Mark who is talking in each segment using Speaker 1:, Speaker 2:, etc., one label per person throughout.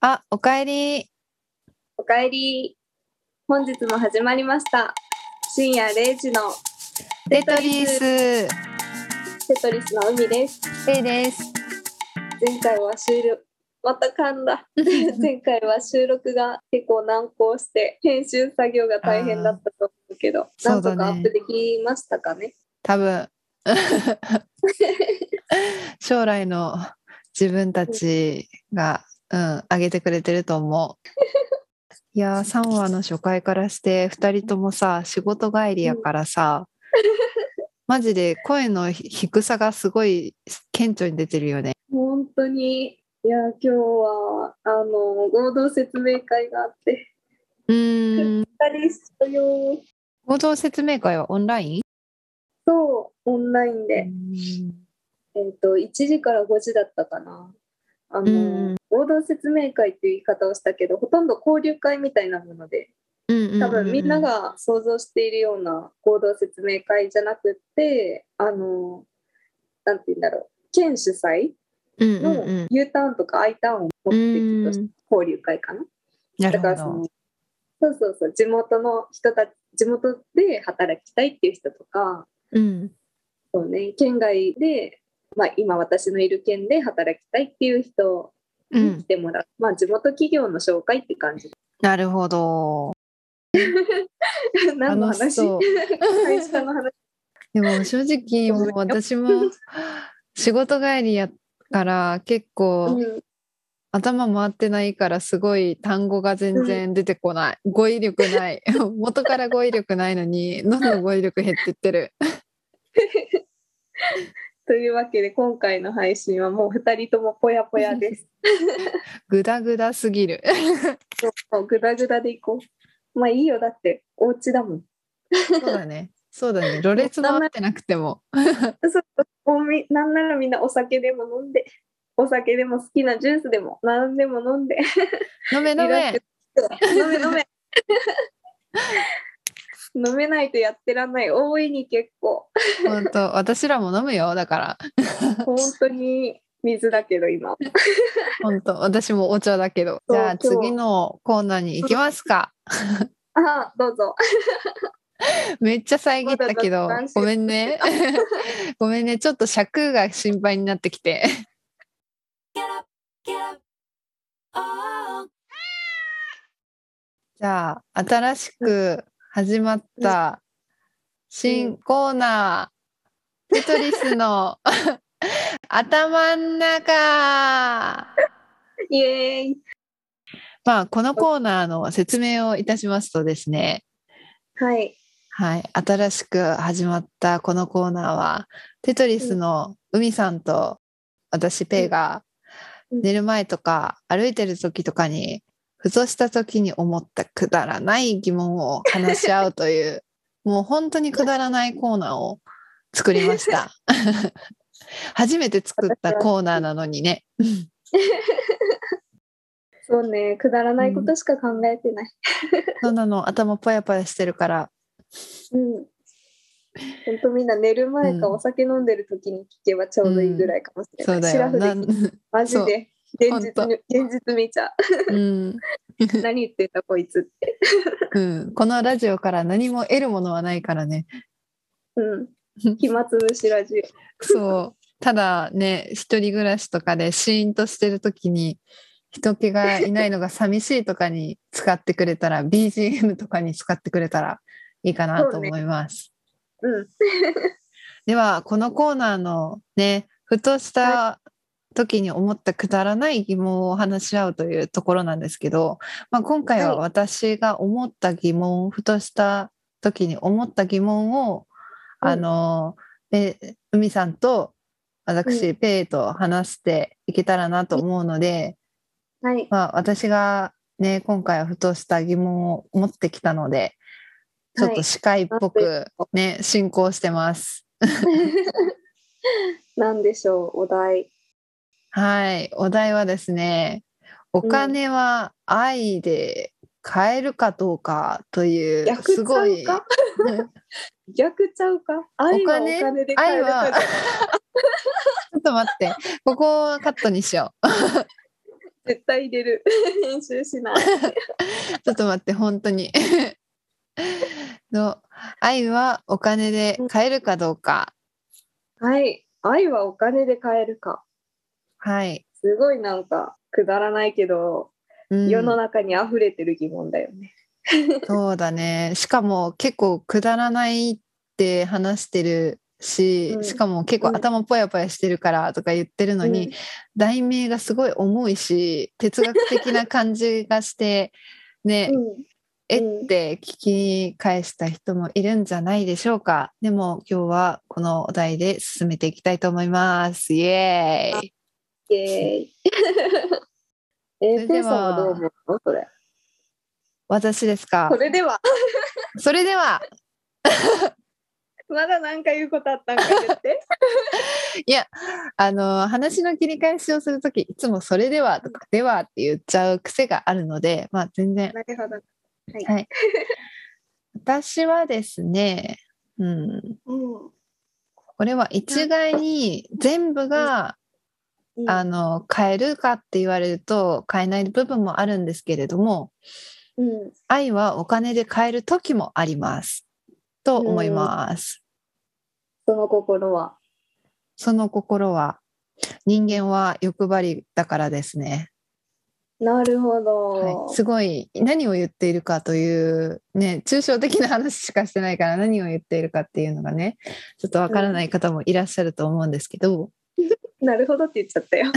Speaker 1: あ、おかえり。
Speaker 2: おかえり。本日も始まりました。深夜0時の
Speaker 1: テトリス。レ
Speaker 2: テトリスの海です。
Speaker 1: イです。
Speaker 2: 前回は収録、また噛ん だ。前回は収録が結構難航して、編集作業が大変だったと思うけど、
Speaker 1: ー
Speaker 2: なん
Speaker 1: そう
Speaker 2: とか
Speaker 1: だ
Speaker 2: ア
Speaker 1: ね
Speaker 2: ップできましたかね。
Speaker 1: 多 分。将来の自分たちが、うん、上げてくれてると思う。いやー、3話の初回からして、2人ともさ、仕事帰りやからさ、マジで声の低さがすごい顕著に出てるよね。
Speaker 2: 本当に、いや、今日は、あの、合同説明会があって、
Speaker 1: うーん。
Speaker 2: 二人したよ。
Speaker 1: 合同説明会はオンライン
Speaker 2: と、オンラインで。えっ、と、1時から5時だったかな。あの、
Speaker 1: うん
Speaker 2: 合同説明会っていう言い方をしたけど、ほとんど交流会みたいなもので、多
Speaker 1: 多
Speaker 2: 分みんなが想像しているような合同説明会じゃなくって、あの、なんて言うんだろう、県主催の U ターンとか I ターンを目的とし
Speaker 1: う
Speaker 2: て
Speaker 1: ん
Speaker 2: 交流会かな。
Speaker 1: な
Speaker 2: だ
Speaker 1: るほ
Speaker 2: からそ
Speaker 1: ど
Speaker 2: の、そうそうそう、地元の人たち、地元で働きたいっていう人とか、
Speaker 1: うん
Speaker 2: そうね、県外で、まあ、今私のいる県で働きたいっていう人
Speaker 1: う
Speaker 2: に来
Speaker 1: ん、
Speaker 2: てもらう、まあ、地元企業の紹介って感じ
Speaker 1: なるほど。
Speaker 2: 何の
Speaker 1: 楽し
Speaker 2: 話
Speaker 1: そう
Speaker 2: 会社の話
Speaker 1: でも正直もう 私も仕事帰りやから結構
Speaker 2: うん
Speaker 1: 頭回ってないからすごい単語が全然出てこない。語彙力ない。 元から語彙力ないのにどんどん語彙力減ってってる。
Speaker 2: というわけで今回の配信はもう2人ともぽやぽやです。
Speaker 1: グダグダすぎる。
Speaker 2: もうグダグダでいこう。まあいいよだってお家だもん。
Speaker 1: そうだね。そうだね。ろれつ回ってなくても。
Speaker 2: そうおみなんならみんなお酒でも飲んでお酒でも好きなジュースでも何でも飲んで
Speaker 1: 飲め飲
Speaker 2: リラッ
Speaker 1: め
Speaker 2: ク。ス飲め飲め飲めないとやってらんない大いに結構
Speaker 1: 本当私らも飲むよ。だから。
Speaker 2: 本当に水だけど今
Speaker 1: 本当私もお茶だけど。
Speaker 2: そ
Speaker 1: じ
Speaker 2: う
Speaker 1: ゃあ
Speaker 2: そう
Speaker 1: 次のコーナーに行きますか。
Speaker 2: あどうぞ
Speaker 1: めっちゃ遮ったけど
Speaker 2: まだ脱、
Speaker 1: ごめ
Speaker 2: 線
Speaker 1: ん ね。ごめんね。ちょっと尺が心配になってきて。じゃあ、新しく始まった新コーナー、テトリスの 頭ん中。
Speaker 2: イエーイ
Speaker 1: まあ、このコーナーの説明をいたしますとですね、
Speaker 2: はい
Speaker 1: はい、新しく始まったこのコーナーはテトリスの海さんと私ペイが
Speaker 2: うん
Speaker 1: 寝る前とか歩いてる時とかにふとした時に思ったくだらない疑問を話し合うという もう本当にくだらないコーナーを作りました 初めて作ったコーナーなのにね
Speaker 2: そうねくだらないことしか考えてない
Speaker 1: そんなの頭ぽやぽやしてるから
Speaker 2: うん本当みんな寝る前か
Speaker 1: うん
Speaker 2: お酒飲んでる時に聞けばちょうどいいぐらいかもしれな
Speaker 1: そ
Speaker 2: い、
Speaker 1: うだ
Speaker 2: シラ
Speaker 1: よ
Speaker 2: フ
Speaker 1: な
Speaker 2: で聞
Speaker 1: ん
Speaker 2: いてマジで現
Speaker 1: 本
Speaker 2: 実に現実 見ちゃ
Speaker 1: うん
Speaker 2: う何言ってんだこいつって
Speaker 1: うん、このラジオから何も得るものはないからね
Speaker 2: うん暇つぶしラジオ
Speaker 1: そう。ただね、一人暮らしとかでシーンとしてる時に、人気がいないのが寂しいとかに使ってくれたら、BGM とかに使ってくれたらいいかなと思います。
Speaker 2: うん
Speaker 1: では、このコーナーのね、ふとした時に思ったくだらない疑問を話し合うというところなんですけど、まあ、今回は私が思った疑問、ふとした時に思った疑問を、
Speaker 2: うん
Speaker 1: あの、え、海さんと私、
Speaker 2: う
Speaker 1: ペイと話していけたらなと思うので、
Speaker 2: はい
Speaker 1: まあ、私がね、今回はふとした疑問を持ってきたので、ちょっ
Speaker 2: は
Speaker 1: と
Speaker 2: い
Speaker 1: 司会っぽくね、進行してます。
Speaker 2: なんでしょうお題
Speaker 1: はい、お題はですね、お金は愛で買えるかどうかという、
Speaker 2: 逆ち
Speaker 1: す
Speaker 2: ゃうか
Speaker 1: ごい、
Speaker 2: 逆ちゃうか愛はお
Speaker 1: 金
Speaker 2: 金で買えるか
Speaker 1: 愛はちょっと待って、ここをカットにしよ
Speaker 2: 絶対入れる編集しない
Speaker 1: ちょっと待って本当に の愛はお金で買えるかどうか
Speaker 2: はい愛はお金で買えるか
Speaker 1: はい、
Speaker 2: すごいなんかくだらないけど、
Speaker 1: うん
Speaker 2: 世の中に溢れてる疑問だよね
Speaker 1: そうだねしかも結構くだらないって話してるし、
Speaker 2: うん
Speaker 1: しかも結構
Speaker 2: うん
Speaker 1: 頭ぽやぽやしてるからとか言ってるのに、題名がすごい重いし哲学的な感じが してね、
Speaker 2: うんうん
Speaker 1: えって聞き返した人もいるんじゃないでしょうか。でも今日はこのお題で進めていきたいと思います。イエーイ。
Speaker 2: イエーイ え
Speaker 1: それでは
Speaker 2: ー、ペイさんはどう思うのそれ
Speaker 1: 私ですか
Speaker 2: そ。れでは
Speaker 1: それでは、
Speaker 2: まだ何か言うことあったんか言って
Speaker 1: あの、話の切り返しをするとき、いつもそれではとか、ではって言っちゃう癖があるので、まあ全然。
Speaker 2: なるほど
Speaker 1: はい。私はですね、うん、
Speaker 2: うん
Speaker 1: これは一概に全部が、
Speaker 2: うん
Speaker 1: あの、変えるかって言われると変えない部分もあるんですけれども、
Speaker 2: うん
Speaker 1: 愛はお金で買える時もありますと思います、
Speaker 2: その心は
Speaker 1: その心は人間は欲張りだからですね、
Speaker 2: なるほど、
Speaker 1: はい、すごい何を言っているかというね抽象的な話しかしてないから何を言っているかっていうのがねちょっとわからない方もいらっしゃると思うんですけど、
Speaker 2: なるほどって言っちゃった よ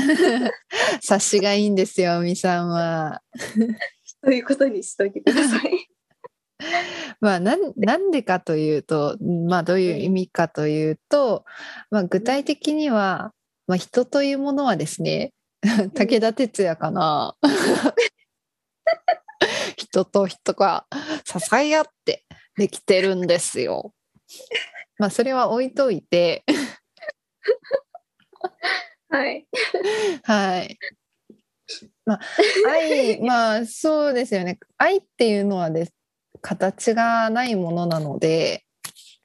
Speaker 1: 察しがいいんですよみさんは。
Speaker 2: ということにしといてくださ い
Speaker 1: まあ、なんなんでかというと、まあ、どういう意味かというと、まあ、具体的には、まあ、人というものはですね武田鉄矢か な人と人が支え合ってできてるんですよ。まあそれは置いといて、
Speaker 2: はい
Speaker 1: はい。まあ、 愛、まあ、そうですよね。愛っていうのはです形がないものなので、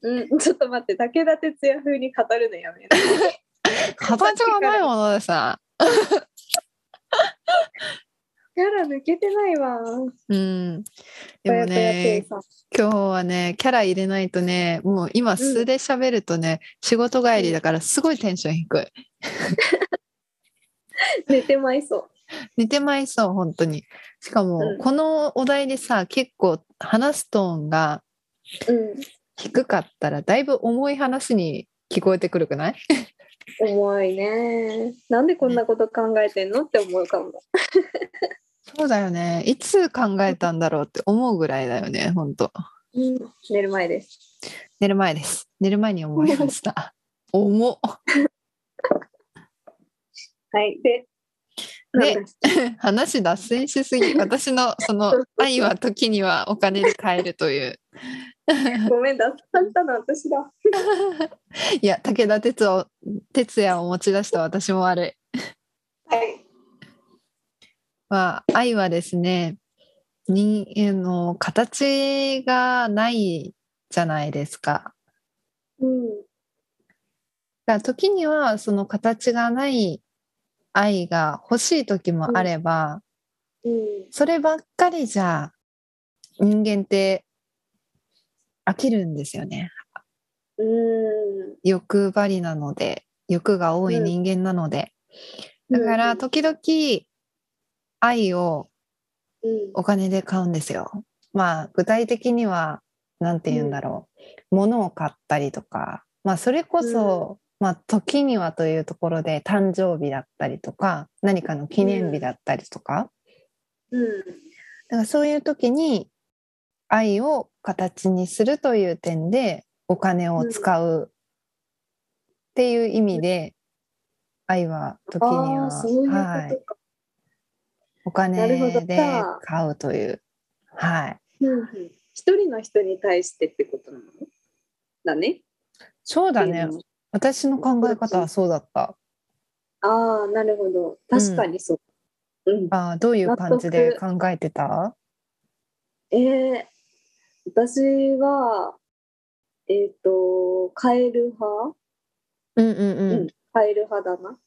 Speaker 2: うん、ちょっと待って武田鉄矢風に語るの やめな
Speaker 1: 形がないものでさ、
Speaker 2: 力抜けてないわ
Speaker 1: うん。でもね、
Speaker 2: ぽやぽやペイさん
Speaker 1: 今日はね、キャラ入れないとね、もう今素で喋るとね、仕事帰りだからすごいテンション低い。
Speaker 2: 寝てまいそう
Speaker 1: 寝てまいそう、本当に。しかも
Speaker 2: う、ん
Speaker 1: このお題でさ、結構話すトーンが
Speaker 2: うん、
Speaker 1: 低かったら、だいぶ重い話に聞こえてくるくない
Speaker 2: 重いね。なんでこんなこと考えてんのって思うかも。
Speaker 1: そうだよね。いつ考えたんだろうって思うぐらいだよね、本当
Speaker 2: うん、寝る前です。
Speaker 1: 寝る前です。寝る前に思いました。 重っ。
Speaker 2: はい、で。
Speaker 1: で
Speaker 2: なんだ
Speaker 1: 話脱線しす ぎ私のその愛は時にはお金で買えるという
Speaker 2: ごめん、脱線したの私だ。
Speaker 1: いや武田鉄を鉄也を持ち出した私も悪い、
Speaker 2: はい。
Speaker 1: まあ、愛はですね人あの形がないじゃないですか
Speaker 2: うん。
Speaker 1: だから時にはその形がない愛が欲しい時もあれば、
Speaker 2: うん。
Speaker 1: そればっかりじゃ人間って飽きるんですよね
Speaker 2: うん。
Speaker 1: 欲張りなので欲が多い人間なので、だから時々愛を
Speaker 2: うん、
Speaker 1: お金で買うんですよまあ具体的には何て言うんだろう、物を買ったりとかまあそれこそ、まあ時にはというところで誕生日だったりとか何かの記念日だったりとか、
Speaker 2: うん。
Speaker 1: だからそういう時に愛を形にするという点でお金を使うっていう意味で、愛は時に
Speaker 2: あ
Speaker 1: は
Speaker 2: あ、そういう
Speaker 1: は
Speaker 2: こ
Speaker 1: い
Speaker 2: と、か。
Speaker 1: お
Speaker 2: なるほ
Speaker 1: 金
Speaker 2: ど
Speaker 1: で買うという、はい、
Speaker 2: うんうん。一人の人に対してってことなのだね。
Speaker 1: そうだ
Speaker 2: ってい
Speaker 1: ね
Speaker 2: うの
Speaker 1: 私の考え方はそうだった
Speaker 2: ああ、なるほど。確かにそう。うん。
Speaker 1: あーどういう感じで考えてた
Speaker 2: えー、私は、えっ、と、カエル派
Speaker 1: うんうんうん、
Speaker 2: うんカエル派だな。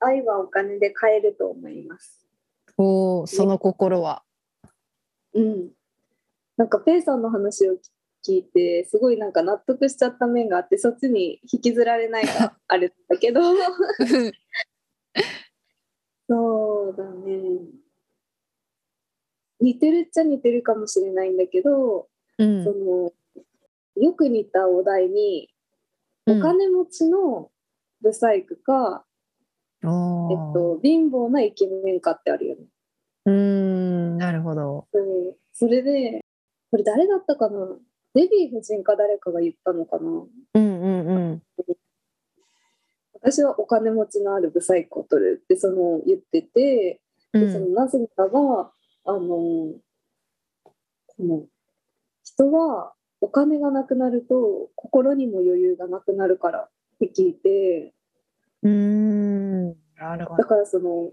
Speaker 2: 愛はお金で買えると思います。
Speaker 1: おお、その心 は。
Speaker 2: うん、なんかペイさんの話を聞いてすごいなんか納得しちゃった面があってそっちに引きずられないがあれだけどそうだね似てるっちゃ似てるかもしれないんだけど、
Speaker 1: うん
Speaker 2: そのよく似たお題にお金持ちのブサイクか、
Speaker 1: お
Speaker 2: えっ
Speaker 1: ー
Speaker 2: と、貧乏なイケメンかってあるよね。
Speaker 1: うーん、なるほど。
Speaker 2: うんそれでこれ誰だったかなデヴィ夫人か誰かが言ったのか
Speaker 1: う
Speaker 2: な
Speaker 1: んうんうん。
Speaker 2: 私はお金持ちのあるブサイクを取るってその言ってて、
Speaker 1: う
Speaker 2: でその
Speaker 1: ん
Speaker 2: なぜかがあのこの人はお金がなくなると心にも余裕がなくなるからって聞いて
Speaker 1: うーん。なるほ
Speaker 2: だ。からその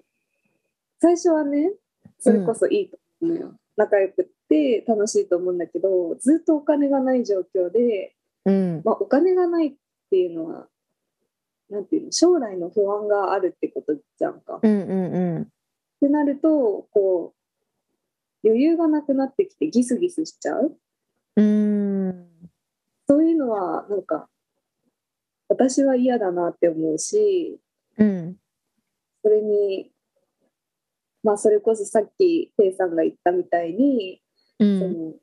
Speaker 2: 最初はねそれこそいいと思うのよ、仲良くって楽しいと思うんだけどずっとお金がない状況で
Speaker 1: うん。
Speaker 2: まあ、お金がないっていうのは、なんていうの、将来の不安があるってことじゃんか。っ
Speaker 1: うんうんうん。
Speaker 2: てなると、こう、余裕がなくなってきてギスギスしちゃう。
Speaker 1: うーん。
Speaker 2: そういうのは、なんか、私は嫌だなって思うし、
Speaker 1: うん。
Speaker 2: それに、まあ、それこそさっき、ペイさんが言ったみたいに、
Speaker 1: う
Speaker 2: そ
Speaker 1: ん。
Speaker 2: の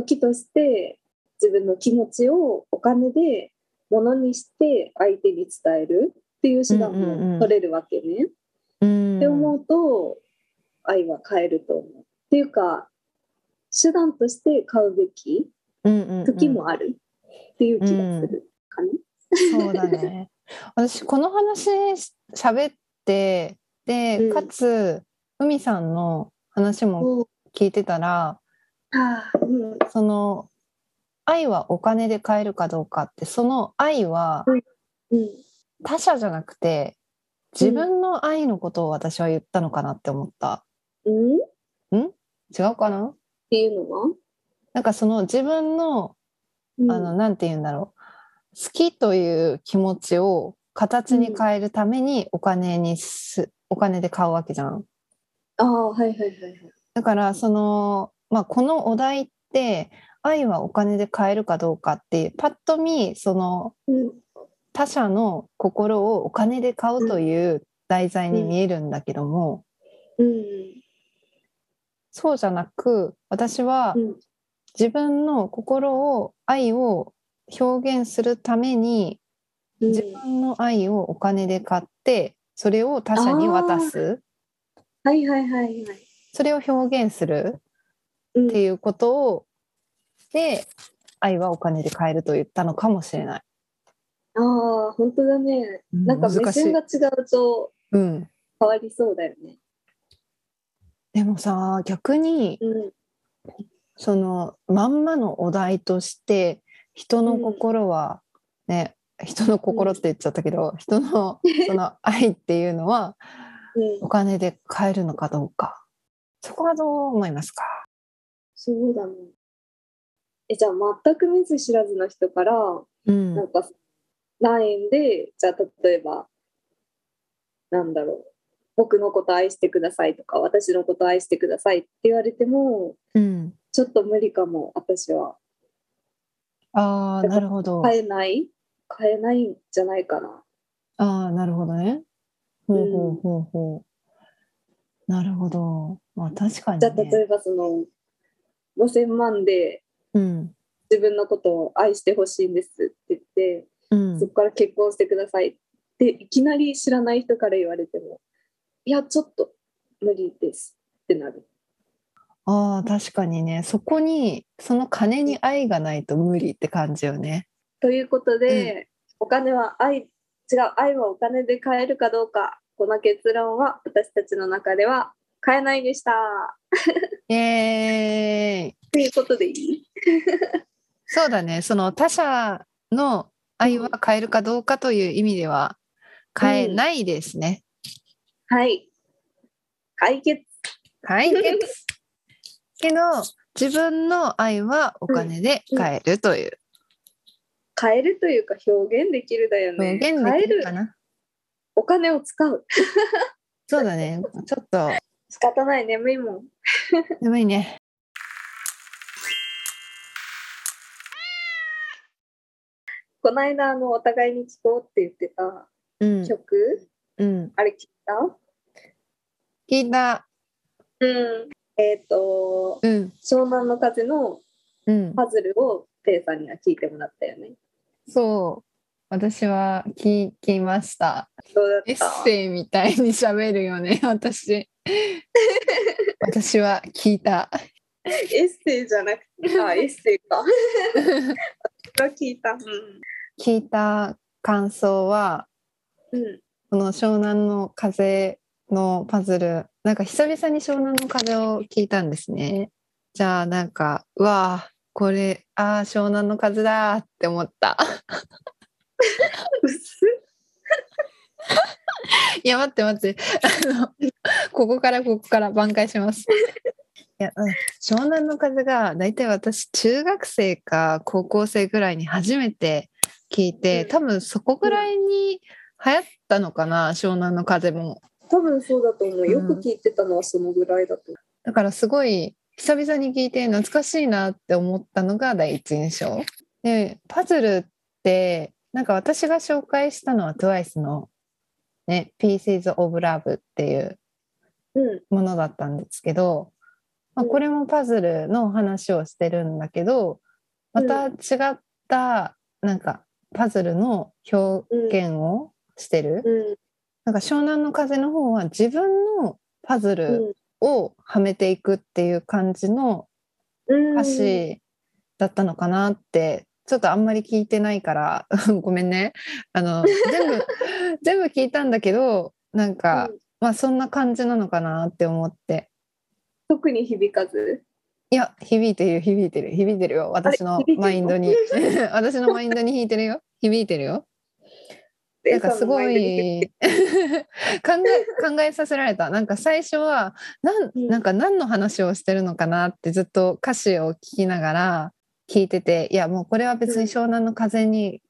Speaker 2: 時として自分の気持ちをお金で物にして相手に伝えるっていう手段
Speaker 1: うんうんうん
Speaker 2: も取れるわけね。
Speaker 1: うん。
Speaker 2: って思うと愛は変えると思う。っていうか手段として買うべき
Speaker 1: うんうんうん。
Speaker 2: 時もあるっていう気がするかね。
Speaker 1: そうだね。私この話喋ってで、
Speaker 2: うん
Speaker 1: かつ海さんの話も
Speaker 2: うん
Speaker 1: 聞いてたら
Speaker 2: あーうん
Speaker 1: その愛はお金で買えるかどうかってその愛は
Speaker 2: うん
Speaker 1: 他者じゃなくて自分の愛のことを私は言ったのかなって思った。
Speaker 2: うんっ
Speaker 1: 違うかな
Speaker 2: ていうのは、
Speaker 1: なんかその自分の
Speaker 2: うん
Speaker 1: あのなんて言うんだろう好きという気持ちを形に変えるためにお金にすお金で買うわけじゃん。
Speaker 2: あーはいはいはいはい。
Speaker 1: だからその、まあ、このお題って愛はお金で買えるかどうかっていうパッと見その
Speaker 2: うん
Speaker 1: 他者の心をお金で買うという題材に見えるんだけども、
Speaker 2: うん
Speaker 1: そうじゃなく私は
Speaker 2: うん
Speaker 1: 自分の心を愛を表現するために
Speaker 2: うん
Speaker 1: 自分の愛をお金で買ってそれを他者に渡す
Speaker 2: はいはいはいはい。
Speaker 1: それを表現する
Speaker 2: うん
Speaker 1: っていうことをで愛はお金で買えると言ったのかもしれない。
Speaker 2: ああ、本当だね。
Speaker 1: うん
Speaker 2: なんか
Speaker 1: 難
Speaker 2: 目
Speaker 1: しい
Speaker 2: 線が違うと
Speaker 1: うん、
Speaker 2: 変わりそうだよね。
Speaker 1: でもさ逆に
Speaker 2: うん。
Speaker 1: そのまんまのお題として人の心はね、人の心って言っちゃったけど、人のその愛っていうのは
Speaker 2: う
Speaker 1: お
Speaker 2: ん、
Speaker 1: 金で買えるのかどうかそこはどう思いますか
Speaker 2: そうだね。え、じゃあ全く見ず知らずの人から、
Speaker 1: うん
Speaker 2: なんか何円で、じゃあ例えば、なんだろう。僕のこと愛してくださいとか、私のこと愛してくださいって言われても、
Speaker 1: うん、
Speaker 2: ちょっと無理かも、私は。
Speaker 1: ああなるほど、
Speaker 2: 買えない買えないんじゃないかな。
Speaker 1: ああ、なるほどね。ほうほうほうほう。なるほど。まあ確かに、
Speaker 2: じゃ
Speaker 1: ね。
Speaker 2: あ例えばその、5000万で、
Speaker 1: うん。
Speaker 2: 自分のことを愛してほしいんですって言って、
Speaker 1: うん
Speaker 2: そこから結婚してくださいっていきなり知らない人から言われてもいやちょっと無理ですってなる
Speaker 1: ああ、確かにね。そこに、その金に愛がないと無理って感じよね。
Speaker 2: ということで、お金は愛違う愛はお金で買えるかどうかこの結論は私たちの中では買えないでした
Speaker 1: イエーイ。
Speaker 2: ということでいい
Speaker 1: そうだね。その他者の愛は変えるかどうかという意味では、変えないですね。
Speaker 2: はい解決
Speaker 1: 解決。 けど、自分の愛はお金で買えるという
Speaker 2: 変えるというか表現できるだよね
Speaker 1: 表現
Speaker 2: 変え
Speaker 1: できる
Speaker 2: る
Speaker 1: かな。
Speaker 2: お金を使う
Speaker 1: そうだね。ちょっと
Speaker 2: 仕方ない眠いもん
Speaker 1: 眠いね。
Speaker 2: この間あのお互いに聴こうって言ってた
Speaker 1: うん。
Speaker 2: 曲、
Speaker 1: うん。
Speaker 2: あれ聞いた
Speaker 1: 聞いた。
Speaker 2: うんえっ、と
Speaker 1: うん。
Speaker 2: 湘南の風の
Speaker 1: うん。
Speaker 2: パズルをペイさんには聞いてもらったよね
Speaker 1: そう。私は聞きました。
Speaker 2: どうだった
Speaker 1: エッセイみたいに喋るよね、 私。私は聞いた。
Speaker 2: エッセイじゃなくて、あ、エッセイか。が聞いた。う
Speaker 1: 聞いた感想は、
Speaker 2: ん。うん。
Speaker 1: この湘南の風のパズル、なんか久々に湘南の風を聞いたんですね。じゃあなんか、うわあ、これ、ああ、湘南の風だーって思った。
Speaker 2: 薄っ
Speaker 1: いや、待って待って。あの、ここからここから挽回します。いや、うん湘南の風が、だいたい私、中学生か高校生ぐらいに初めて聞いて、
Speaker 2: うん
Speaker 1: 多分そこぐらいに流行ったのかな、湘南の風も。
Speaker 2: 多分そうだと思
Speaker 1: う
Speaker 2: う。
Speaker 1: ん
Speaker 2: よく聞いてたのはそのぐらいだと思
Speaker 1: だからすごい久々に聞いて懐かしいなって思ったのが第一印象。でパズルってなんか私が紹介したのは TWICE の、ね「Pieces of Love」っていう
Speaker 2: う。うん。
Speaker 1: ものだったんですけど、まあ、
Speaker 2: うん
Speaker 1: これもパズルの話をしてるんだけどまた違ったなんかパズルの表現をしてる、
Speaker 2: うん。
Speaker 1: なんか湘南の風の方は自分のパズル、
Speaker 2: うん
Speaker 1: をはめていくっていう感じの
Speaker 2: うん。
Speaker 1: 歌詞だったのかなって、ちょっとあんまり聞いてないから ごめんねあの全 部全部聞いたんだけどなんか、
Speaker 2: うん
Speaker 1: まあそんな感じなのかなって思って
Speaker 2: 特に響かず。
Speaker 1: いや響いてるよ響いてる響いてるよ私の
Speaker 2: 響いてるの
Speaker 1: マインド に私のマインドに響いてるよ響いてるよなんかすごい考え 考えさせられたなんか最初はなん
Speaker 2: うん
Speaker 1: なんか何の話をしてるのかなってずっと歌詞を聞きながら聞いてていやもうこれは別に湘南の風に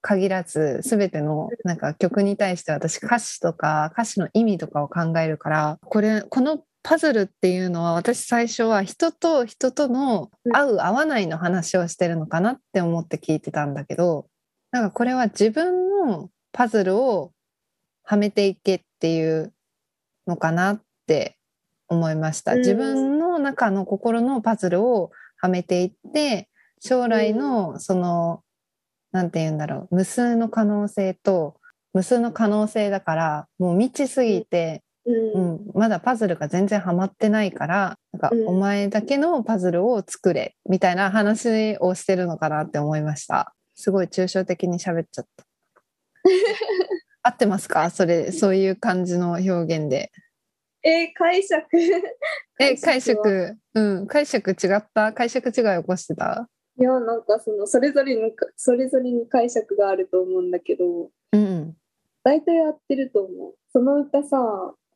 Speaker 1: 限らず全てのなんか曲に対して私歌詞とか歌詞の意味とかを考えるからこれこのパズルっていうのは私最初は人と人との
Speaker 2: うん
Speaker 1: 合う合わないの話をしてるのかなって思って聞いてたんだけどなんかこれは自分のパズルをはめていけっていうのかなって思いました。
Speaker 2: うん
Speaker 1: 自分の中の心のパズルをはめていって将来のそのなんて言うんだろう無数の可能性と無数の可能性だからもう満ちすぎて、
Speaker 2: う。
Speaker 1: うんんまだパズルが全然ハマってないからなんか
Speaker 2: うん
Speaker 1: お前だけのパズルを作れみたいな話をしてるのかなって思いましたすごい抽象的に喋っちゃった 合ってますかそれそういう感じの表現で
Speaker 2: えー、解釈。
Speaker 1: え解
Speaker 2: 解釈は
Speaker 1: 釈うん解釈違った解釈違い起こしてた
Speaker 2: いや、なんかその、それぞれに、それぞれに解釈があると思うんだけど、
Speaker 1: うん
Speaker 2: 大体合ってると思う。その歌さ、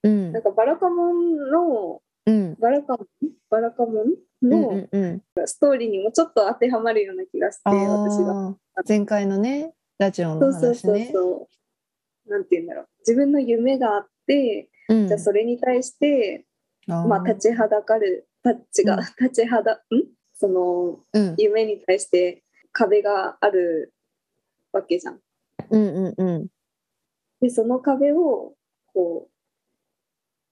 Speaker 1: うん
Speaker 2: なんかバラカモンの、
Speaker 1: うん
Speaker 2: バラカモンバラカモン
Speaker 1: う
Speaker 2: の、
Speaker 1: んうんうん
Speaker 2: ストーリーにもちょっと当てはまるような気がして
Speaker 1: あ
Speaker 2: 私が
Speaker 1: ー前回のねラジオ
Speaker 2: そ
Speaker 1: の
Speaker 2: うそう
Speaker 1: 話
Speaker 2: そう
Speaker 1: ね
Speaker 2: そうなんて言うんだろう自分の夢があって、
Speaker 1: うん
Speaker 2: じゃあそれに対して、
Speaker 1: あー
Speaker 2: まあ、立ちはだかる立ちが、
Speaker 1: うん
Speaker 2: 立ちはだんその
Speaker 1: うん
Speaker 2: 夢に対して壁があるわけじゃん。
Speaker 1: うんうんうん
Speaker 2: でその壁をこう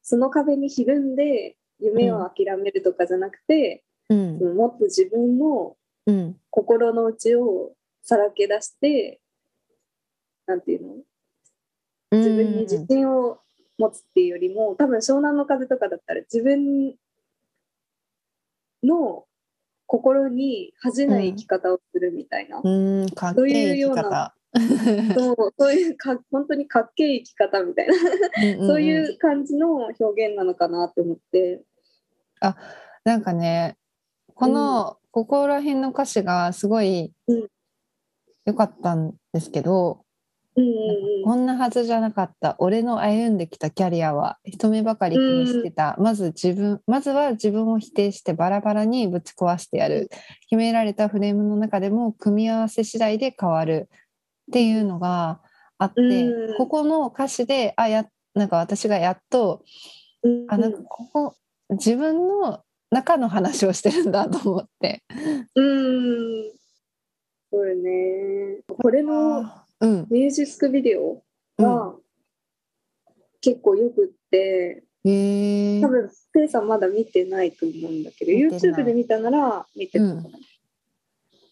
Speaker 2: その壁にひるんで夢を諦めるとかじゃなくて、
Speaker 1: うん
Speaker 2: もっと自分の
Speaker 1: うん
Speaker 2: 心の内をさらけ出してなんていうの自分に自信を持つっていうよりも、多分湘南の風とかだったら自分の心に恥じない生き方をするみたいな、
Speaker 1: うん、うんかっけえ生き方。
Speaker 2: そうそういうか本当にかっけえ生き方みたいな、そう
Speaker 1: うん。
Speaker 2: いう感じの表現なのかなって思って。
Speaker 1: なんかね、この、ここら辺の歌詞がすごい
Speaker 2: うん
Speaker 1: 良かったんですけど、
Speaker 2: うんう
Speaker 1: こんなはずじゃなかった俺の歩んできたキャリアは人目ばかり気にしてた、まず自分まずは自分を否定してバラバラにぶち壊してやる、
Speaker 2: うん
Speaker 1: 決められたフレームの中でも組み合わせ次第で変わるっていうのがあって、
Speaker 2: うん
Speaker 1: ここの歌詞であやなんか私がやっと
Speaker 2: うん
Speaker 1: あなんかここ自分の中の話をしてるんだと思って。
Speaker 2: うんそうよねこれの
Speaker 1: うん、
Speaker 2: ミュージックビデオ
Speaker 1: うん、
Speaker 2: が結構よくって
Speaker 1: え
Speaker 2: 多
Speaker 1: ー、
Speaker 2: 分ペイさんまだ見てないと思うんだけど
Speaker 1: 見てない
Speaker 2: YouTube で見たなら見てたかな、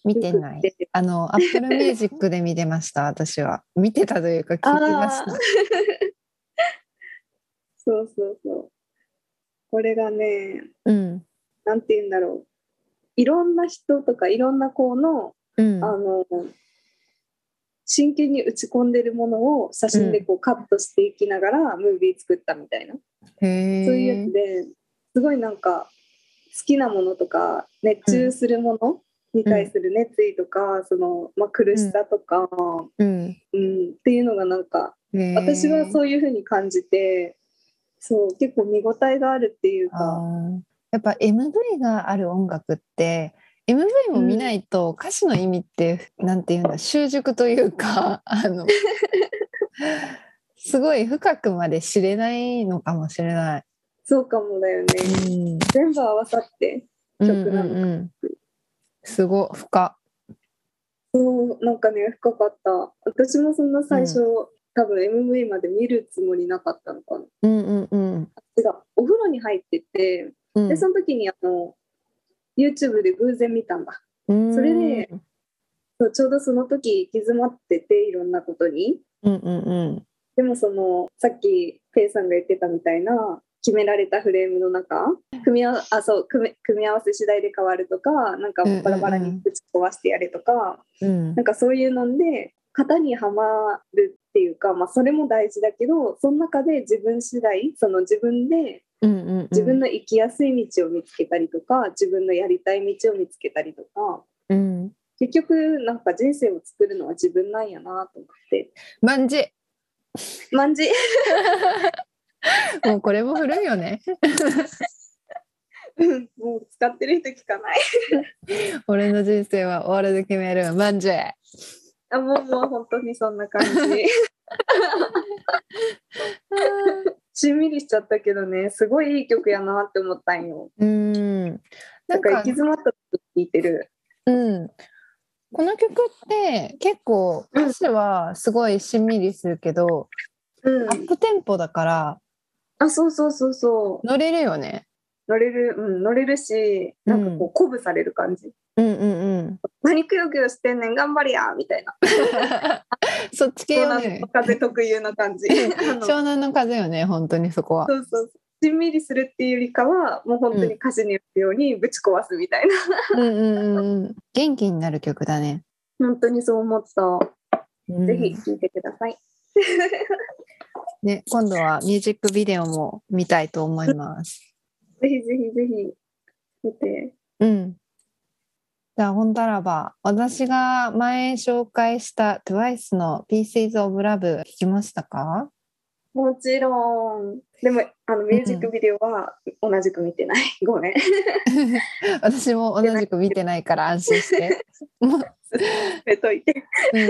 Speaker 1: 見てない
Speaker 2: よくって
Speaker 1: あのアップルミュージックで見てました私は見てたというか聞きまし
Speaker 2: あ
Speaker 1: た
Speaker 2: ー そうそうそうこれがね
Speaker 1: うん
Speaker 2: なんて言うんだろういろんな人とかいろんな子の,、
Speaker 1: うん
Speaker 2: あの真剣に打ち込んでるものを写真でこうカットしていきながらムービー作ったみたいな、
Speaker 1: へ
Speaker 2: そういうや
Speaker 1: え
Speaker 2: つですごいなんか好きなものとか熱中するものに対する熱意とか、そのまあ、苦しさとか、
Speaker 1: うん
Speaker 2: うん、っていうのがなんか
Speaker 1: へー
Speaker 2: 私はそういうふうに感じてそう結構見応えがあるっていう
Speaker 1: あ
Speaker 2: か
Speaker 1: ーやっぱ MV がある音楽って MV も見ないと歌詞の意味って、なんていうんだ習熟というかあ のすごい深くまで知れないのかもしれない。
Speaker 2: そうかもだよね
Speaker 1: うん
Speaker 2: 全部合わさって曲な
Speaker 1: う
Speaker 2: のか
Speaker 1: んうんうんすごい深。
Speaker 2: そうなんかね深かった私もそんな最初、多分 MV まで見るつもりなかったのかな
Speaker 1: うんうんうん
Speaker 2: 違うお風呂に入ってて
Speaker 1: うん
Speaker 2: でその時にあの YouTube で偶然見たんだ
Speaker 1: うん
Speaker 2: それでそうちょうどその時行き詰まってていろんなことに
Speaker 1: うんうんうん
Speaker 2: でもそのさっきペイさんが言ってたみたいな決められたフレームの中組み合わあそう組み組み合わせ次第で変わるとかなんか
Speaker 1: うんうんうん
Speaker 2: バラバラにぶち壊してやれとか、
Speaker 1: うん
Speaker 2: なんかそういうので型にはまるっていうか、まあ、それも大事だけどその中で自分次第その自分で
Speaker 1: うんうんうん
Speaker 2: 自分の生きやすい道を見つけたりとか自分のやりたい道を見つけたりとか
Speaker 1: うん
Speaker 2: 結局なんか人生を作るのは自分なんやなと思って
Speaker 1: 万事
Speaker 2: まんじ
Speaker 1: もうこれも古いよね。
Speaker 2: もう使ってる人聞かない
Speaker 1: 俺の人生は終わるで決める万事。
Speaker 2: あもうもう本当にそんな感 じしんみりしちゃったけどねすごいいい曲やなって思ったんよ
Speaker 1: うん。な
Speaker 2: なん
Speaker 1: ん
Speaker 2: か行
Speaker 1: か
Speaker 2: き、詰まった時聴いてる
Speaker 1: うん。この曲って結構歌詞はすごいしんみりするけど、
Speaker 2: う
Speaker 1: アップテンポだから
Speaker 2: あそうそうそうそう
Speaker 1: 乗れるよね。
Speaker 2: 乗れるうん乗れるしなんかこう鼓舞される感じ、
Speaker 1: うんうんうん。
Speaker 2: 何くよくよしてんねん頑張りやみたいな
Speaker 1: そっち系よ
Speaker 2: 湘南
Speaker 1: ね
Speaker 2: の。風特有の感じ あの
Speaker 1: 湘南の風よね、本当にそこは。
Speaker 2: そうそうしんみりするっていうよりかはもう本当に歌詞によるようにぶち壊すみたいな、
Speaker 1: うんうんうんうん。元気になる曲だね。
Speaker 2: 本当にそう思った、
Speaker 1: うん
Speaker 2: ぜひ聴いてください
Speaker 1: ね、今度はミュージックビデオも見たいと思います。
Speaker 2: ぜひぜひぜひ見て。
Speaker 1: うん。じゃあ、ほんたらば、私が前紹介した TWICE の Pieces of Love 聞きましたか
Speaker 2: もちろん。でも、あのミュージックビデオは同じく見てない。 ごめん。
Speaker 1: 私も同じく見てないから安心して。もう
Speaker 2: 寝といて。
Speaker 1: うん、っ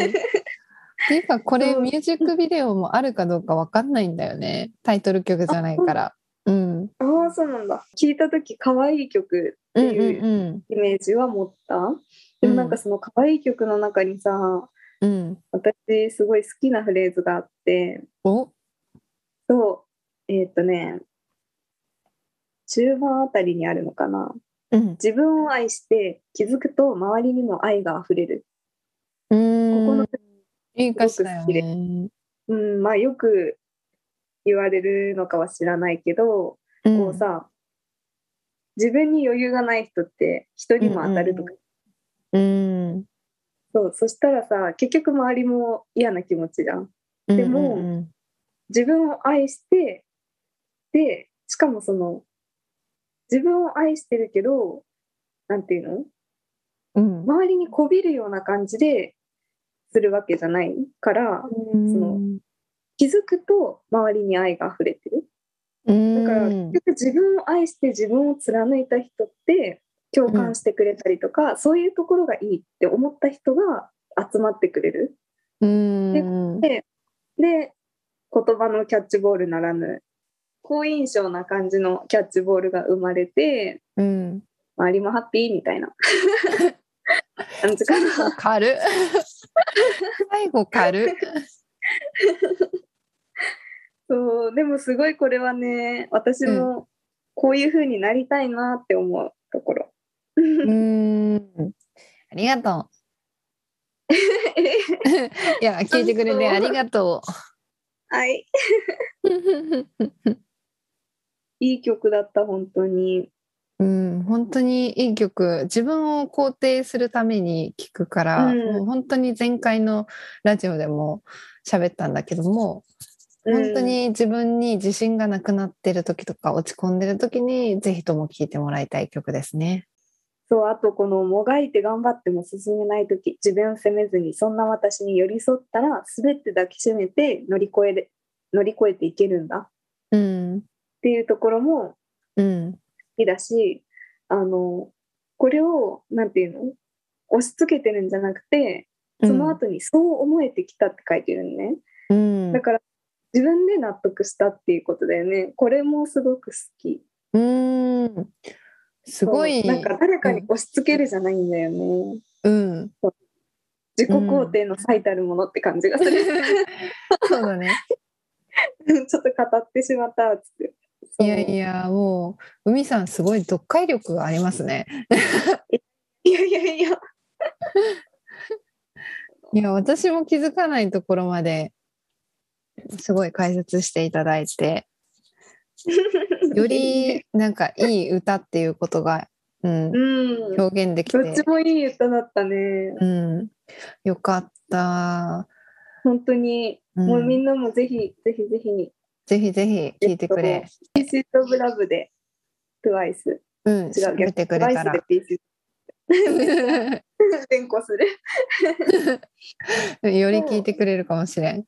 Speaker 1: ていうか、これ
Speaker 2: そう
Speaker 1: ミュージックビデオもあるかどうかわかんないんだよね。タイトル曲じゃないから。うん。
Speaker 2: ああ、そうなんだ。聞いた時可愛い曲っ
Speaker 1: う
Speaker 2: て
Speaker 1: んう
Speaker 2: いうんイメージは持った。でもなんかその可愛い曲の中にさ、
Speaker 1: うん。うん。
Speaker 2: 私すごい好きなフレーズがあって、
Speaker 1: お
Speaker 2: そう、えーっ、とね、中盤あたりにあるのかな。
Speaker 1: うん。
Speaker 2: 自分を愛して気づくと周りにも愛が溢れる。
Speaker 1: う
Speaker 2: ここ
Speaker 1: ーん
Speaker 2: の。
Speaker 1: いい歌詞だよ
Speaker 2: すごく
Speaker 1: ね。
Speaker 2: うん、まあよく言われるのかは知らないけど、
Speaker 1: うん
Speaker 2: こうさ自分に余裕がない人って人にも当たるとか、
Speaker 1: うん。
Speaker 2: そうそしたらさ結局周りも嫌な気持ちじゃんでも
Speaker 1: うんうん
Speaker 2: 自分を愛してでしかもその自分を愛してるけどなんていうの
Speaker 1: うん、うん
Speaker 2: 周りにこびるような感じでするわけじゃないからその気づくと周りに愛が溢れてるだから
Speaker 1: うん
Speaker 2: 結局自分を愛して自分を貫いた人って共感してくれたりとか、そういうところがいいって思った人が集まってくれる。
Speaker 1: うん
Speaker 2: で言葉のキャッチボールならぬ好印象な感じのキャッチボールが生まれて
Speaker 1: うん。
Speaker 2: 周りもハッピーみた いな感じかな。
Speaker 1: 軽っ最後軽っ
Speaker 2: そうでもすごいこれはね私もこういう風になりたいなって思うところ。
Speaker 1: うーん。ありがと う。いや、聞いてくれてありがと
Speaker 2: はい、
Speaker 1: う。
Speaker 2: いい曲だった本当に。
Speaker 1: うん、本当にいい曲自分を肯定するために聞くから、
Speaker 2: うん
Speaker 1: もう本当に前回のラジオでも喋ったんだけども本当に自分に自信がなくなってる時とか落ち込んでる時にぜひとも聴いてもらいたい曲ですね。
Speaker 2: そうあとこのもがいて頑張っても進めない時自分を責めずにそんな私に寄り添ったら全て抱きしめて乗り越えれ乗り越えていけるんだっ
Speaker 1: うん、
Speaker 2: ていうところも
Speaker 1: う
Speaker 2: 好
Speaker 1: ん、
Speaker 2: きだしあのこれをなんていうの押し付けてるんじゃなくてその後にそう思えてきたって書いてるのね、
Speaker 1: うん、
Speaker 2: だから自分で納得したっていうことだよねこれもすごく好き
Speaker 1: うん、すごい
Speaker 2: そうなんか誰かに押し付けるじゃないんだよね、
Speaker 1: うん、
Speaker 2: 自己肯定の最たるものって感じがする、
Speaker 1: そうだね。
Speaker 2: ちょっと語ってしまったっつって。
Speaker 1: いやいや、もう、海さん、すごい読解力がありますね。
Speaker 2: そう。いやいやいや。
Speaker 1: いや、私も気づかないところまで、すごい解説していただいて、よ、りなんかいい歌っていうことが、うん、
Speaker 2: うん。どっ
Speaker 1: 表現できて
Speaker 2: ち、もいい歌だったね。
Speaker 1: うん、よかった。
Speaker 2: 本当に、
Speaker 1: うん
Speaker 2: もうみんなもぜひ、ぜひぜひに。
Speaker 1: ぜひぜひ聴いてくれ。
Speaker 2: ピースイオブラブで、トゥワイス。
Speaker 1: うん、
Speaker 2: 違う、
Speaker 1: 見てく
Speaker 2: トゥワ
Speaker 1: れ
Speaker 2: イ
Speaker 1: た
Speaker 2: ス
Speaker 1: ら
Speaker 2: で。ピース。 連呼する。
Speaker 1: より聴いてくれるかもしれん。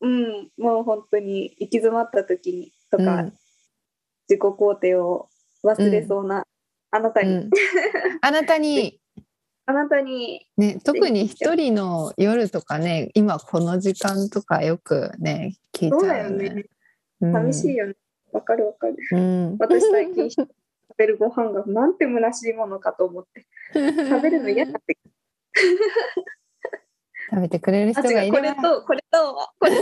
Speaker 2: うん。もう本当に、行き詰まった時に、と
Speaker 1: う
Speaker 2: か、
Speaker 1: ん
Speaker 2: 自己肯定を忘れそうな、あなた
Speaker 1: う
Speaker 2: に、
Speaker 1: ん、あなたに
Speaker 2: あなたに、
Speaker 1: ね、特に一人の夜とかね今この時間とかよくね聞い
Speaker 2: そう
Speaker 1: ち
Speaker 2: だ
Speaker 1: ゃ
Speaker 2: よ
Speaker 1: うよね
Speaker 2: ね。
Speaker 1: うん
Speaker 2: 寂しいよね。わかるわかる。
Speaker 1: うん、
Speaker 2: 私最近食べるご飯がなんて虚しいものかと思って食
Speaker 1: 食
Speaker 2: べるの嫌になってき
Speaker 1: 食べてくれる人
Speaker 2: たあ
Speaker 1: が
Speaker 2: 違
Speaker 1: いう
Speaker 2: こ
Speaker 1: れ
Speaker 2: れ
Speaker 1: ば
Speaker 2: とこれとこれと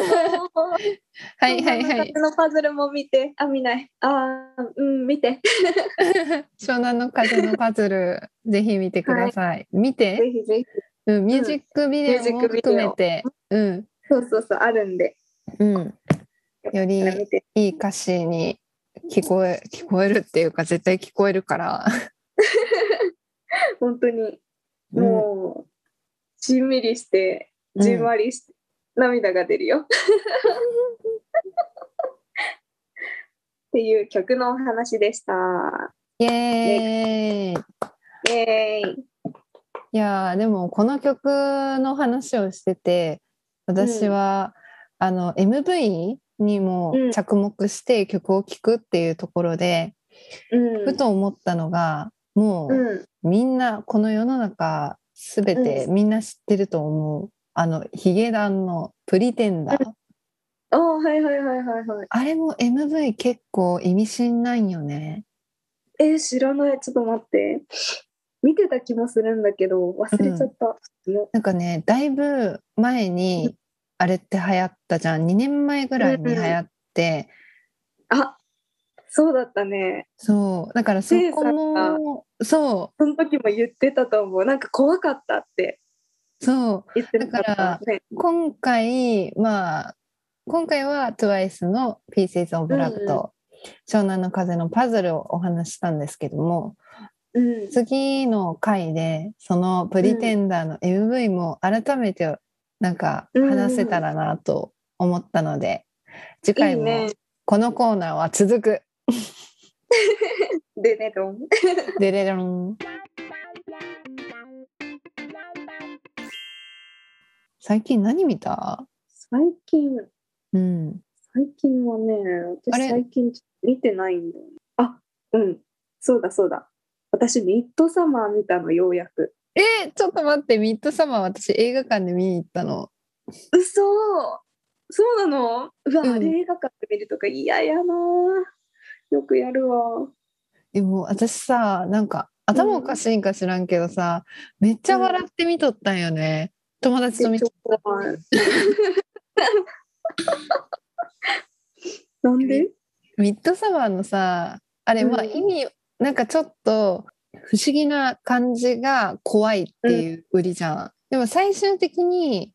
Speaker 1: はいはいはい
Speaker 2: このパズルも見てあ見ないあーうん見て
Speaker 1: 湘南の風のパズルぜひ見てください、見
Speaker 2: ぜ
Speaker 1: て、
Speaker 2: ひぜひ
Speaker 1: うん、ミュージックビデ
Speaker 2: ミュージ
Speaker 1: オも
Speaker 2: ックビデ
Speaker 1: 含
Speaker 2: オ
Speaker 1: めてうん
Speaker 2: そうそうそうあるんで
Speaker 1: うんより
Speaker 2: 見て
Speaker 1: いい歌詞に聞こえ聞こえるっていうか絶対聞こえるから
Speaker 2: 本当に
Speaker 1: うん
Speaker 2: もう、しんみりして
Speaker 1: うん
Speaker 2: じんわりして、涙が出るよっていう曲のお話でした。
Speaker 1: イエーイ
Speaker 2: イエーイ。
Speaker 1: いやーでもこの曲の話をしてて私は、あの MV にも
Speaker 2: うん
Speaker 1: 着目して曲を聴くっていうところで、
Speaker 2: うん
Speaker 1: ふと思ったのがもう
Speaker 2: うん、
Speaker 1: みんなこの世の中すべてみんな知ってると思う、あのヒゲダンの「プリテンダー」
Speaker 2: ああはいはいはいはいはい。
Speaker 1: あれも MV 結構意味深ないよね。
Speaker 2: えー知らないちょっと待って見てた気もするんだけど忘れちゃった、うん
Speaker 1: なんかねだいぶ前にあれって流行ったじゃん2年前ぐらいに流行って。
Speaker 2: あそうだったね
Speaker 1: そうだからそ
Speaker 2: せい
Speaker 1: こ
Speaker 2: さんが
Speaker 1: もそ
Speaker 2: その時も言ってたと思うなんか怖かったって
Speaker 1: うそ
Speaker 2: 言ってなかった
Speaker 1: だから
Speaker 2: ね
Speaker 1: う今回まあ今回は TWICE の「Pieces of
Speaker 2: うんう
Speaker 1: Love」
Speaker 2: ん
Speaker 1: と「湘南の風」のパズルをお話ししたんですけども
Speaker 2: うん
Speaker 1: 次の回でその「プリテンダー」の MV も改めてなんか話せたらなと思ったので次回
Speaker 2: いい
Speaker 1: も
Speaker 2: ね
Speaker 1: このコーナーは続く
Speaker 2: でねどん
Speaker 1: デレロン。最近何見た？
Speaker 2: 最近
Speaker 1: うん。
Speaker 2: 最近はね
Speaker 1: あ
Speaker 2: 私
Speaker 1: れ
Speaker 2: 最近見てないんだよねあうんそうだそうだ私ミッドサマー見たのようやく
Speaker 1: えーちょっと待って、ミッドサマー私映画館で見に行ったの。
Speaker 2: 嘘そうなのうわ、
Speaker 1: うん
Speaker 2: あれ映画館で見るとか嫌やなよくやるわ
Speaker 1: でも私さなんか頭おかしいんか知らんけどさ、めっちゃ笑って見とったんよね、友達と見と
Speaker 2: えちょっと待ってなんで
Speaker 1: ミッドサマーのさあれ
Speaker 2: うん
Speaker 1: まあ意味、なんかちょっと不思議な感じが怖いっていう売りじゃん、でも最終的に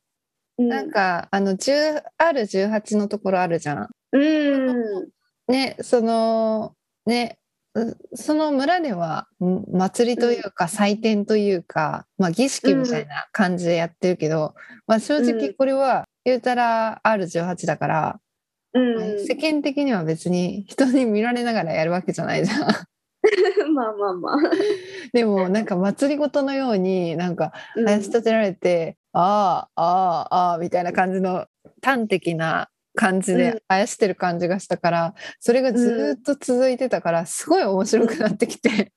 Speaker 1: なんか、あの 10R18 のところあるじゃん
Speaker 2: うん、
Speaker 1: ねそのねうその村ではん祭りというか祭典というか、まあ、儀式みたいな感じでやってるけど、まあ、正
Speaker 2: う
Speaker 1: 直
Speaker 2: ん
Speaker 1: これは言うたら R18 だから、
Speaker 2: うん
Speaker 1: 世間的には別に人に見られながらやるわけじゃないじゃん。
Speaker 2: まあまあまあ、
Speaker 1: でもなんか祭りごとのようになんか
Speaker 2: うん
Speaker 1: 林立てられて、ああああああみたいな感じの端的な感じ
Speaker 2: う
Speaker 1: で
Speaker 2: ん
Speaker 1: あやしてる感じがしたから、それがずーっと続いてたからすごい面白くなってきて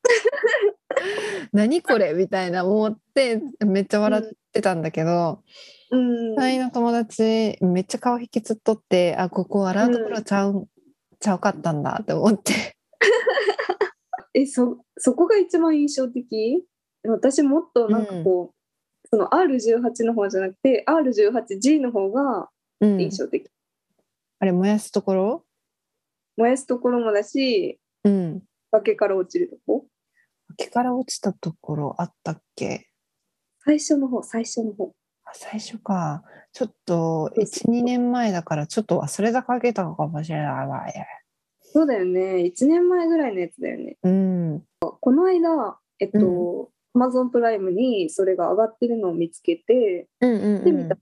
Speaker 1: 何これみたいな思ってめっちゃ笑ってたんだけど
Speaker 2: うん
Speaker 1: 隣、の友達めっちゃ顔引きつっとってあここ笑うところちゃう、ちゃうかったんだって思って。
Speaker 2: えそそこが一番印象的私もっとなんかこう、その R18 の方じゃなくて R18G の方が
Speaker 1: うん
Speaker 2: 印象的、
Speaker 1: あれ燃やすところ、
Speaker 2: 燃やすところもだし
Speaker 1: うん、
Speaker 2: 崖から落ちるとこ
Speaker 1: 崖から落ちたところあったっけ
Speaker 2: 最初の方最初の方
Speaker 1: あ最初かちょっと
Speaker 2: そうそう
Speaker 1: 12年前だからちょっと忘れたかけたのかもしれないわ
Speaker 2: そうだよね1年前ぐらいのやつだよね
Speaker 1: うん
Speaker 2: この間えっと、
Speaker 1: う
Speaker 2: Amazon プライムにそれが上がってるのを見つけて
Speaker 1: うんうん
Speaker 2: で見た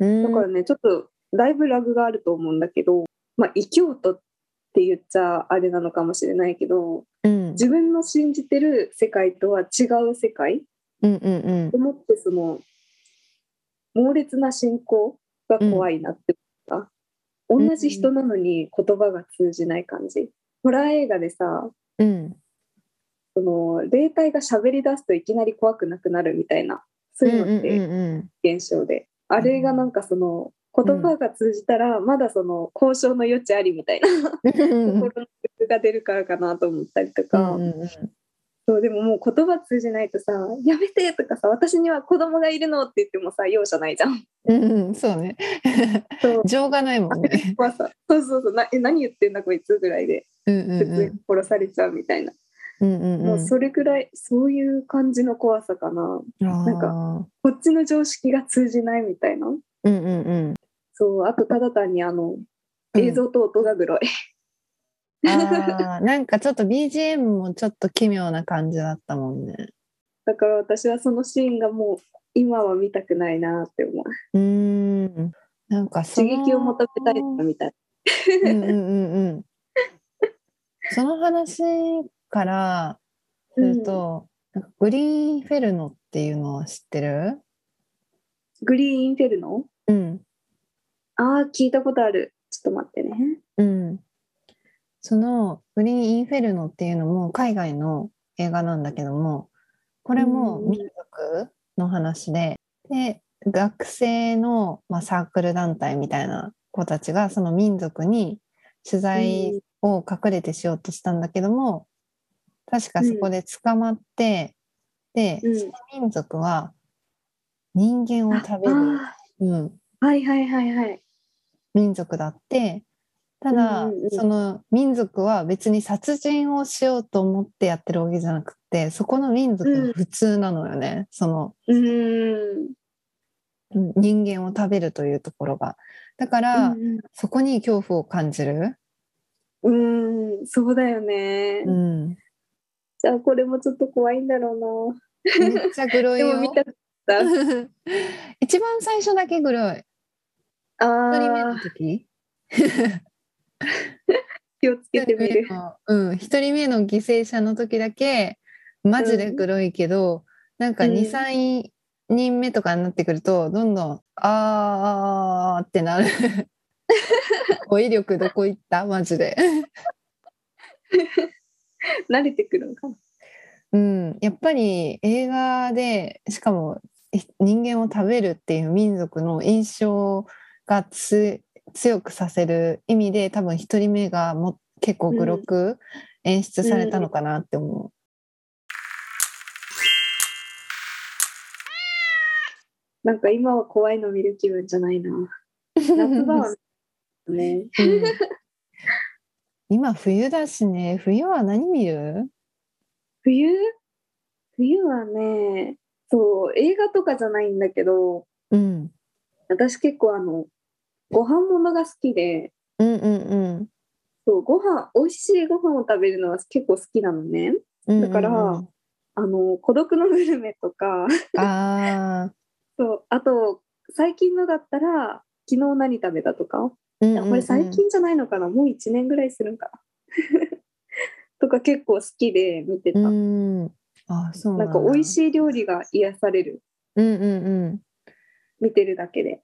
Speaker 1: うん
Speaker 2: だからね、ちょっとだいぶラグがあると思うんだけど、まあ、異教徒って言っちゃあれなのかもしれないけど
Speaker 1: うん
Speaker 2: 自分の信じてる世界とは違う世界
Speaker 1: うんうんうん
Speaker 2: でもってその猛烈な信仰が怖いなって思った、
Speaker 1: ん
Speaker 2: 同じ人なのに言葉が通じない感じホラー映画でさ
Speaker 1: うん
Speaker 2: その霊体が喋り出すといきなり怖くなくなるみたいなそういうのって
Speaker 1: うん
Speaker 2: 現象で、あれがなんかその言葉が通じたらまだその交渉の余地ありみたいな、
Speaker 1: うんうん
Speaker 2: 心の曲が出るからかなと思ったりと
Speaker 1: う
Speaker 2: か、
Speaker 1: んうん
Speaker 2: そうでももう言葉通じないとさ「やめて!」とかさ「私には子供がいるの」って言ってもさ容赦ないじゃん。
Speaker 1: うんうんそうね
Speaker 2: そう
Speaker 1: 情がないもんね
Speaker 2: 怖さそうそうそうなえ何言ってんだこいつぐらいで
Speaker 1: うんうん
Speaker 2: 普通に殺されちゃうみたいな、
Speaker 1: うんうん
Speaker 2: も
Speaker 1: う
Speaker 2: うんそれぐらいそういう感じの怖さかな
Speaker 1: なん
Speaker 2: かこっちの常識が通じないみたいな
Speaker 1: うんうんうん
Speaker 2: そうあとただ単にあの映像と音が黒い、
Speaker 1: あーなんかちょっと BGM もちょっと奇妙な感じだったもんね
Speaker 2: だから私はそのシーンがもう今は見たくないなって思う
Speaker 1: うーんなんかそ
Speaker 2: 刺
Speaker 1: の
Speaker 2: 激を求めたいみたい
Speaker 1: うんうんうんうんその話からす
Speaker 2: な、
Speaker 1: ると、なんかグリーンフェルノっていうのは知ってる
Speaker 2: グリーンインフェルノ
Speaker 1: うん。
Speaker 2: ああ聞いたことあるちょっと待ってね
Speaker 1: うん。そのグリーンインフェルノっていうのも海外の映画なんだけども、これも
Speaker 2: うん
Speaker 1: 民族の話で、で、学生の、まあ、サークル団体みたいな子たちがその民族に取材を隠れてしようとしたんだけども確かそこで捕まって、で、
Speaker 2: うん
Speaker 1: その民族は人間を食べる、
Speaker 2: あ
Speaker 1: うん、
Speaker 2: あはいはいはいはい
Speaker 1: 民族だってただ、
Speaker 2: うんうんうん
Speaker 1: その民族は別に殺人をしようと思ってやってるわけじゃなくてそこの民族
Speaker 2: うん
Speaker 1: は普通なのよね、その
Speaker 2: うーん
Speaker 1: うん人間を食べるというところが。だから、
Speaker 2: うん
Speaker 1: そこに恐怖を感じる。
Speaker 2: うんうーんそうだよね、
Speaker 1: うん、 め
Speaker 2: じゃあこれもちょっと怖いんだろ
Speaker 1: っちゃグ
Speaker 2: う
Speaker 1: ロ
Speaker 2: ないで
Speaker 1: よ
Speaker 2: も。見たかったあ
Speaker 1: 一番最初だけグロい。一人目
Speaker 2: あ
Speaker 1: の時
Speaker 2: 気をつけてみ
Speaker 1: 一人
Speaker 2: る
Speaker 1: 目のうん、一人目の犠牲者の時だけマジでグロいけど、なんか
Speaker 2: うん
Speaker 1: 23、人目とかになってくるとどんどん「あーあーあーってな る語彙力どこ行ったマジで、
Speaker 2: 慣れてくるのかな
Speaker 1: うん、やっぱり映画でしかも人間を食べるっていう民族の印象がつ強くさせる意味で多分1人目がも結構グロく演出されたのかなって思う。
Speaker 2: なんか今は怖いの見る気分じゃな いな。夏場はね。
Speaker 1: うん今冬だしね冬は何見る
Speaker 2: 冬冬はね、そう、映画とかじゃないんだけど、
Speaker 1: うん、
Speaker 2: 私結構あの、ご飯ものが好きで、
Speaker 1: うんうん
Speaker 2: そう、ご飯、美味しいご飯を食べるのは結構好きなのね。
Speaker 1: うん
Speaker 2: だから
Speaker 1: うん
Speaker 2: あの、孤独のグルメと
Speaker 1: う
Speaker 2: か、
Speaker 1: んああ、
Speaker 2: そう、あと、最近のだったら、昨日何食べたとか、
Speaker 1: うんうん
Speaker 2: あこれ最近じゃないのかな、もう1年ぐらいするんかな。 とか結構好きで見てた。
Speaker 1: うんあそう
Speaker 2: なんか美味し
Speaker 1: い
Speaker 2: い料理が癒される、
Speaker 1: うんうん
Speaker 2: 見てるだけで。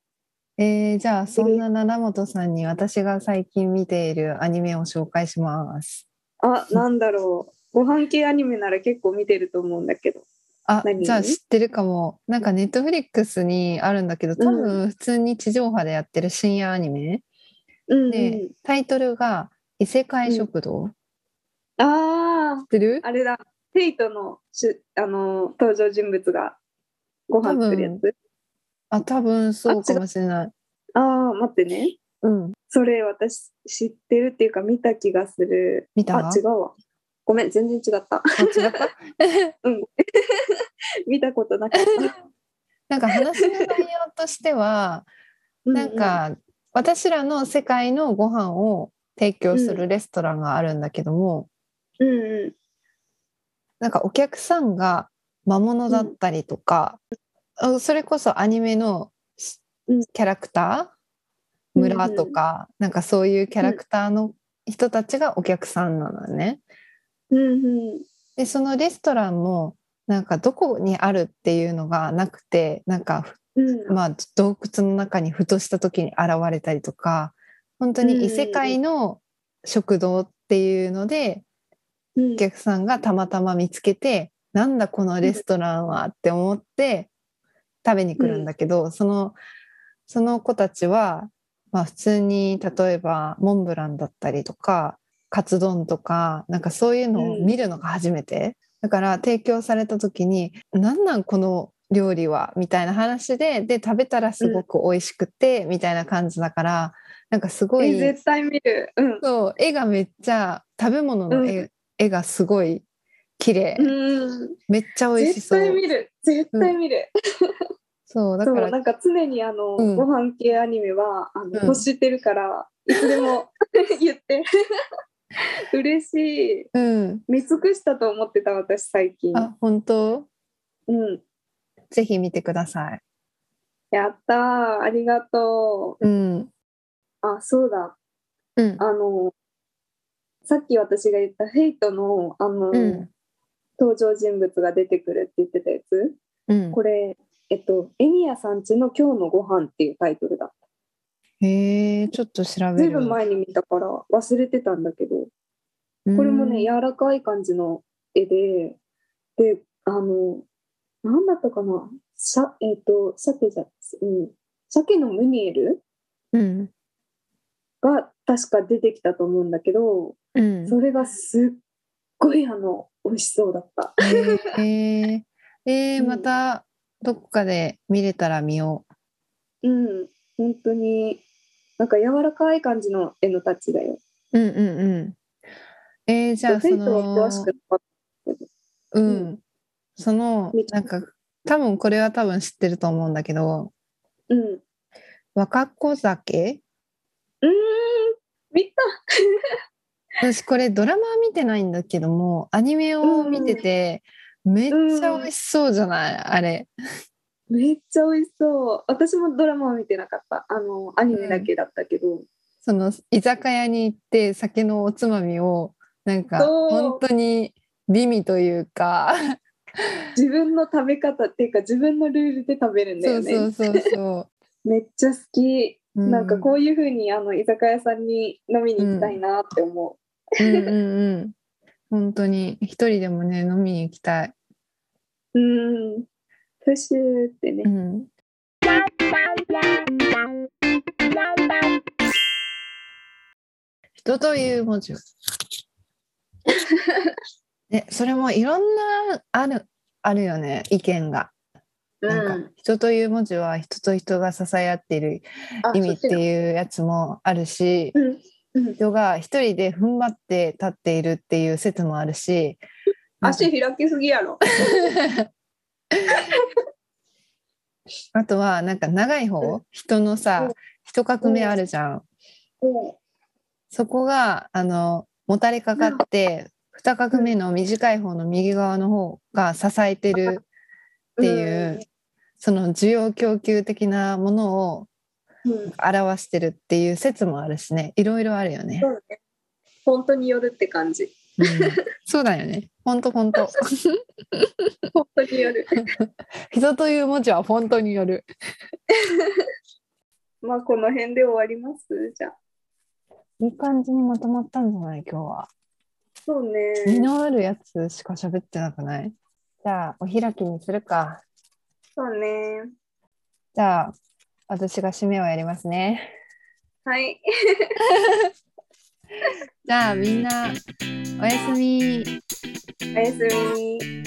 Speaker 1: うんえー、じゃあそんな七本さんに私が最近見ているアニメを紹介します
Speaker 2: あ、なんだろう。ご飯系アニメなら結構見てると思うんだけど。
Speaker 1: あ
Speaker 2: 何
Speaker 1: じゃあ知ってるかもなんかネットフリックスにあるんだけど多分普通に地上波でやってる深夜アニメ、
Speaker 2: うん、うん。
Speaker 1: でタイトルが「異世界食堂」知っ
Speaker 2: あ
Speaker 1: てる
Speaker 2: あ、あれだ。テイトのしあの登場人物がご飯作るやつ。
Speaker 1: あ多分そうかもしれない
Speaker 2: ああ、待ってね。
Speaker 1: うん
Speaker 2: それ私知ってるっていうか見た気がする。
Speaker 1: 見た
Speaker 2: あ、違うわ。ごめん、全然違った。
Speaker 1: あ違 った
Speaker 2: 見たこ となかった。
Speaker 1: なんか話の内容としてはなんか私らの世界のご飯を提供するレストランがあるんだけども、
Speaker 2: うんうん、
Speaker 1: なんかお客さんが魔物だったりとか、あそれこそアニメのし
Speaker 2: うん
Speaker 1: キャラクター
Speaker 2: うんうん
Speaker 1: 村とか、なんかそういうキャラクターの人たちがお客さんなのね。
Speaker 2: うんうんうん
Speaker 1: でそのレストランもなんかどこにあるっていうのがなくてなんか
Speaker 2: うん
Speaker 1: まあ、洞窟の中にふとした時に現れたりとか本当に異世界の食堂っていうので
Speaker 2: うん
Speaker 1: お客さんがたまたま見つけてなんだこのレストランはって思って食べに来るんだけどそのその子たちは、まあ、普通に例えばモンブランだったりとかカツ丼とかなんかそういうのを見るのが初めてだから提供された時に「なんなんこの料理は」みたいな話でで食べたらすごく美味しくてみたいな感じだからなんかすごい
Speaker 2: え絶対見る。うん。
Speaker 1: そう絵がめっちゃ食べ物の絵,、
Speaker 2: う
Speaker 1: 絵がすごい綺麗、
Speaker 2: うん、
Speaker 1: めっちゃ美味し
Speaker 2: 絶
Speaker 1: そ
Speaker 2: 対
Speaker 1: う
Speaker 2: 見る絶対見る、
Speaker 1: そうだか
Speaker 2: そう
Speaker 1: ら
Speaker 2: なんか常にあの、
Speaker 1: うん
Speaker 2: ご飯系アニメはあの、
Speaker 1: ん
Speaker 2: 欲してるからいつでも 言って嬉しい
Speaker 1: うん
Speaker 2: 見尽くしたと思ってた私最近
Speaker 1: あ本当
Speaker 2: うん
Speaker 1: ぜひ見てください
Speaker 2: やったーありがと
Speaker 1: うん
Speaker 2: うあそうだ
Speaker 1: うん
Speaker 2: あのさっき私が言ったヘイトのあの、
Speaker 1: うん
Speaker 2: 登場人物が出てくるって言ってたやつ
Speaker 1: うん
Speaker 2: これえっと「エミヤさんちの今日のご飯っていうタイトルだ
Speaker 1: へえちょっと調べ
Speaker 2: ずい
Speaker 1: る
Speaker 2: ぶん前に見たから忘れてたんだけどこれもね
Speaker 1: や
Speaker 2: 柔らかい感じの絵でであの何だったかなしゃえっ、と鮭じゃうん鮭のムニエル
Speaker 1: うん
Speaker 2: が確か出てきたと思うんだけど
Speaker 1: うん
Speaker 2: それがすっごいあの美味しそうだった
Speaker 1: へ ええー、またどこかで見れたら見よ
Speaker 2: うん本当になんか柔らかい感じの絵のタッチだよ
Speaker 1: ううんうんうんえー、じゃあそ
Speaker 2: フェイト
Speaker 1: の
Speaker 2: は詳しくなかっ
Speaker 1: うんん、その
Speaker 2: 見て
Speaker 1: なんか多分これは多分知ってると思うんだけど
Speaker 2: たうんう
Speaker 1: 若子酒
Speaker 2: ーん見た
Speaker 1: 私これドラマは見てないんだけどもアニメを見てて、めっちゃ美味しそうじゃない、あれ
Speaker 2: めっちゃ美味しそう私もドラマは見てなかったあのアニメだけだったけど、
Speaker 1: その居酒屋に行って酒のおつまみをなんか
Speaker 2: そう
Speaker 1: 本当に美味というか、
Speaker 2: 自分の食べ方っていうか自分のルールで食べるんだ
Speaker 1: そ
Speaker 2: よ
Speaker 1: う
Speaker 2: ね
Speaker 1: そうそうそ
Speaker 2: めっちゃ好き、
Speaker 1: う、
Speaker 2: なんか
Speaker 1: う
Speaker 2: こういう風にあの居酒屋さんに飲みに行きたいなって思
Speaker 1: うんうんうん本当に一人でもね飲みに行きたい、
Speaker 2: ううんプシューってね、
Speaker 1: うん、人という文字を。ね、それもいろんなあるあるよね意見が。なんか人という文字は人と人が支え合っている意味っていうやつもあるし、人が一人で踏ん張って立っているっていう説もあるし
Speaker 2: 足開きすぎやろ
Speaker 1: あとはなんか長い方、人のさ、人革命あるじゃん、そこがあのもたれかかって2画目の短い方の右側の方が支えてるっていう、その需要供給的なものを表してるっていう説もあるしねいろいろあるよね。
Speaker 2: そうね本当によるって感じ。
Speaker 1: うん、 そうだよね。本当本当。
Speaker 2: 本当による。
Speaker 1: 人という文字は本当による。
Speaker 2: まあこの辺で終わりますじゃあ。
Speaker 1: いい感じにまとまったんじゃない今日は。
Speaker 2: そうね。
Speaker 1: 身のあるやつしか喋ってなくないじゃあお開きにするか。
Speaker 2: そうね。
Speaker 1: じゃあ私が締めをやりますね。
Speaker 2: はい。
Speaker 1: じゃあみんなおやすみ。
Speaker 2: おやすみ。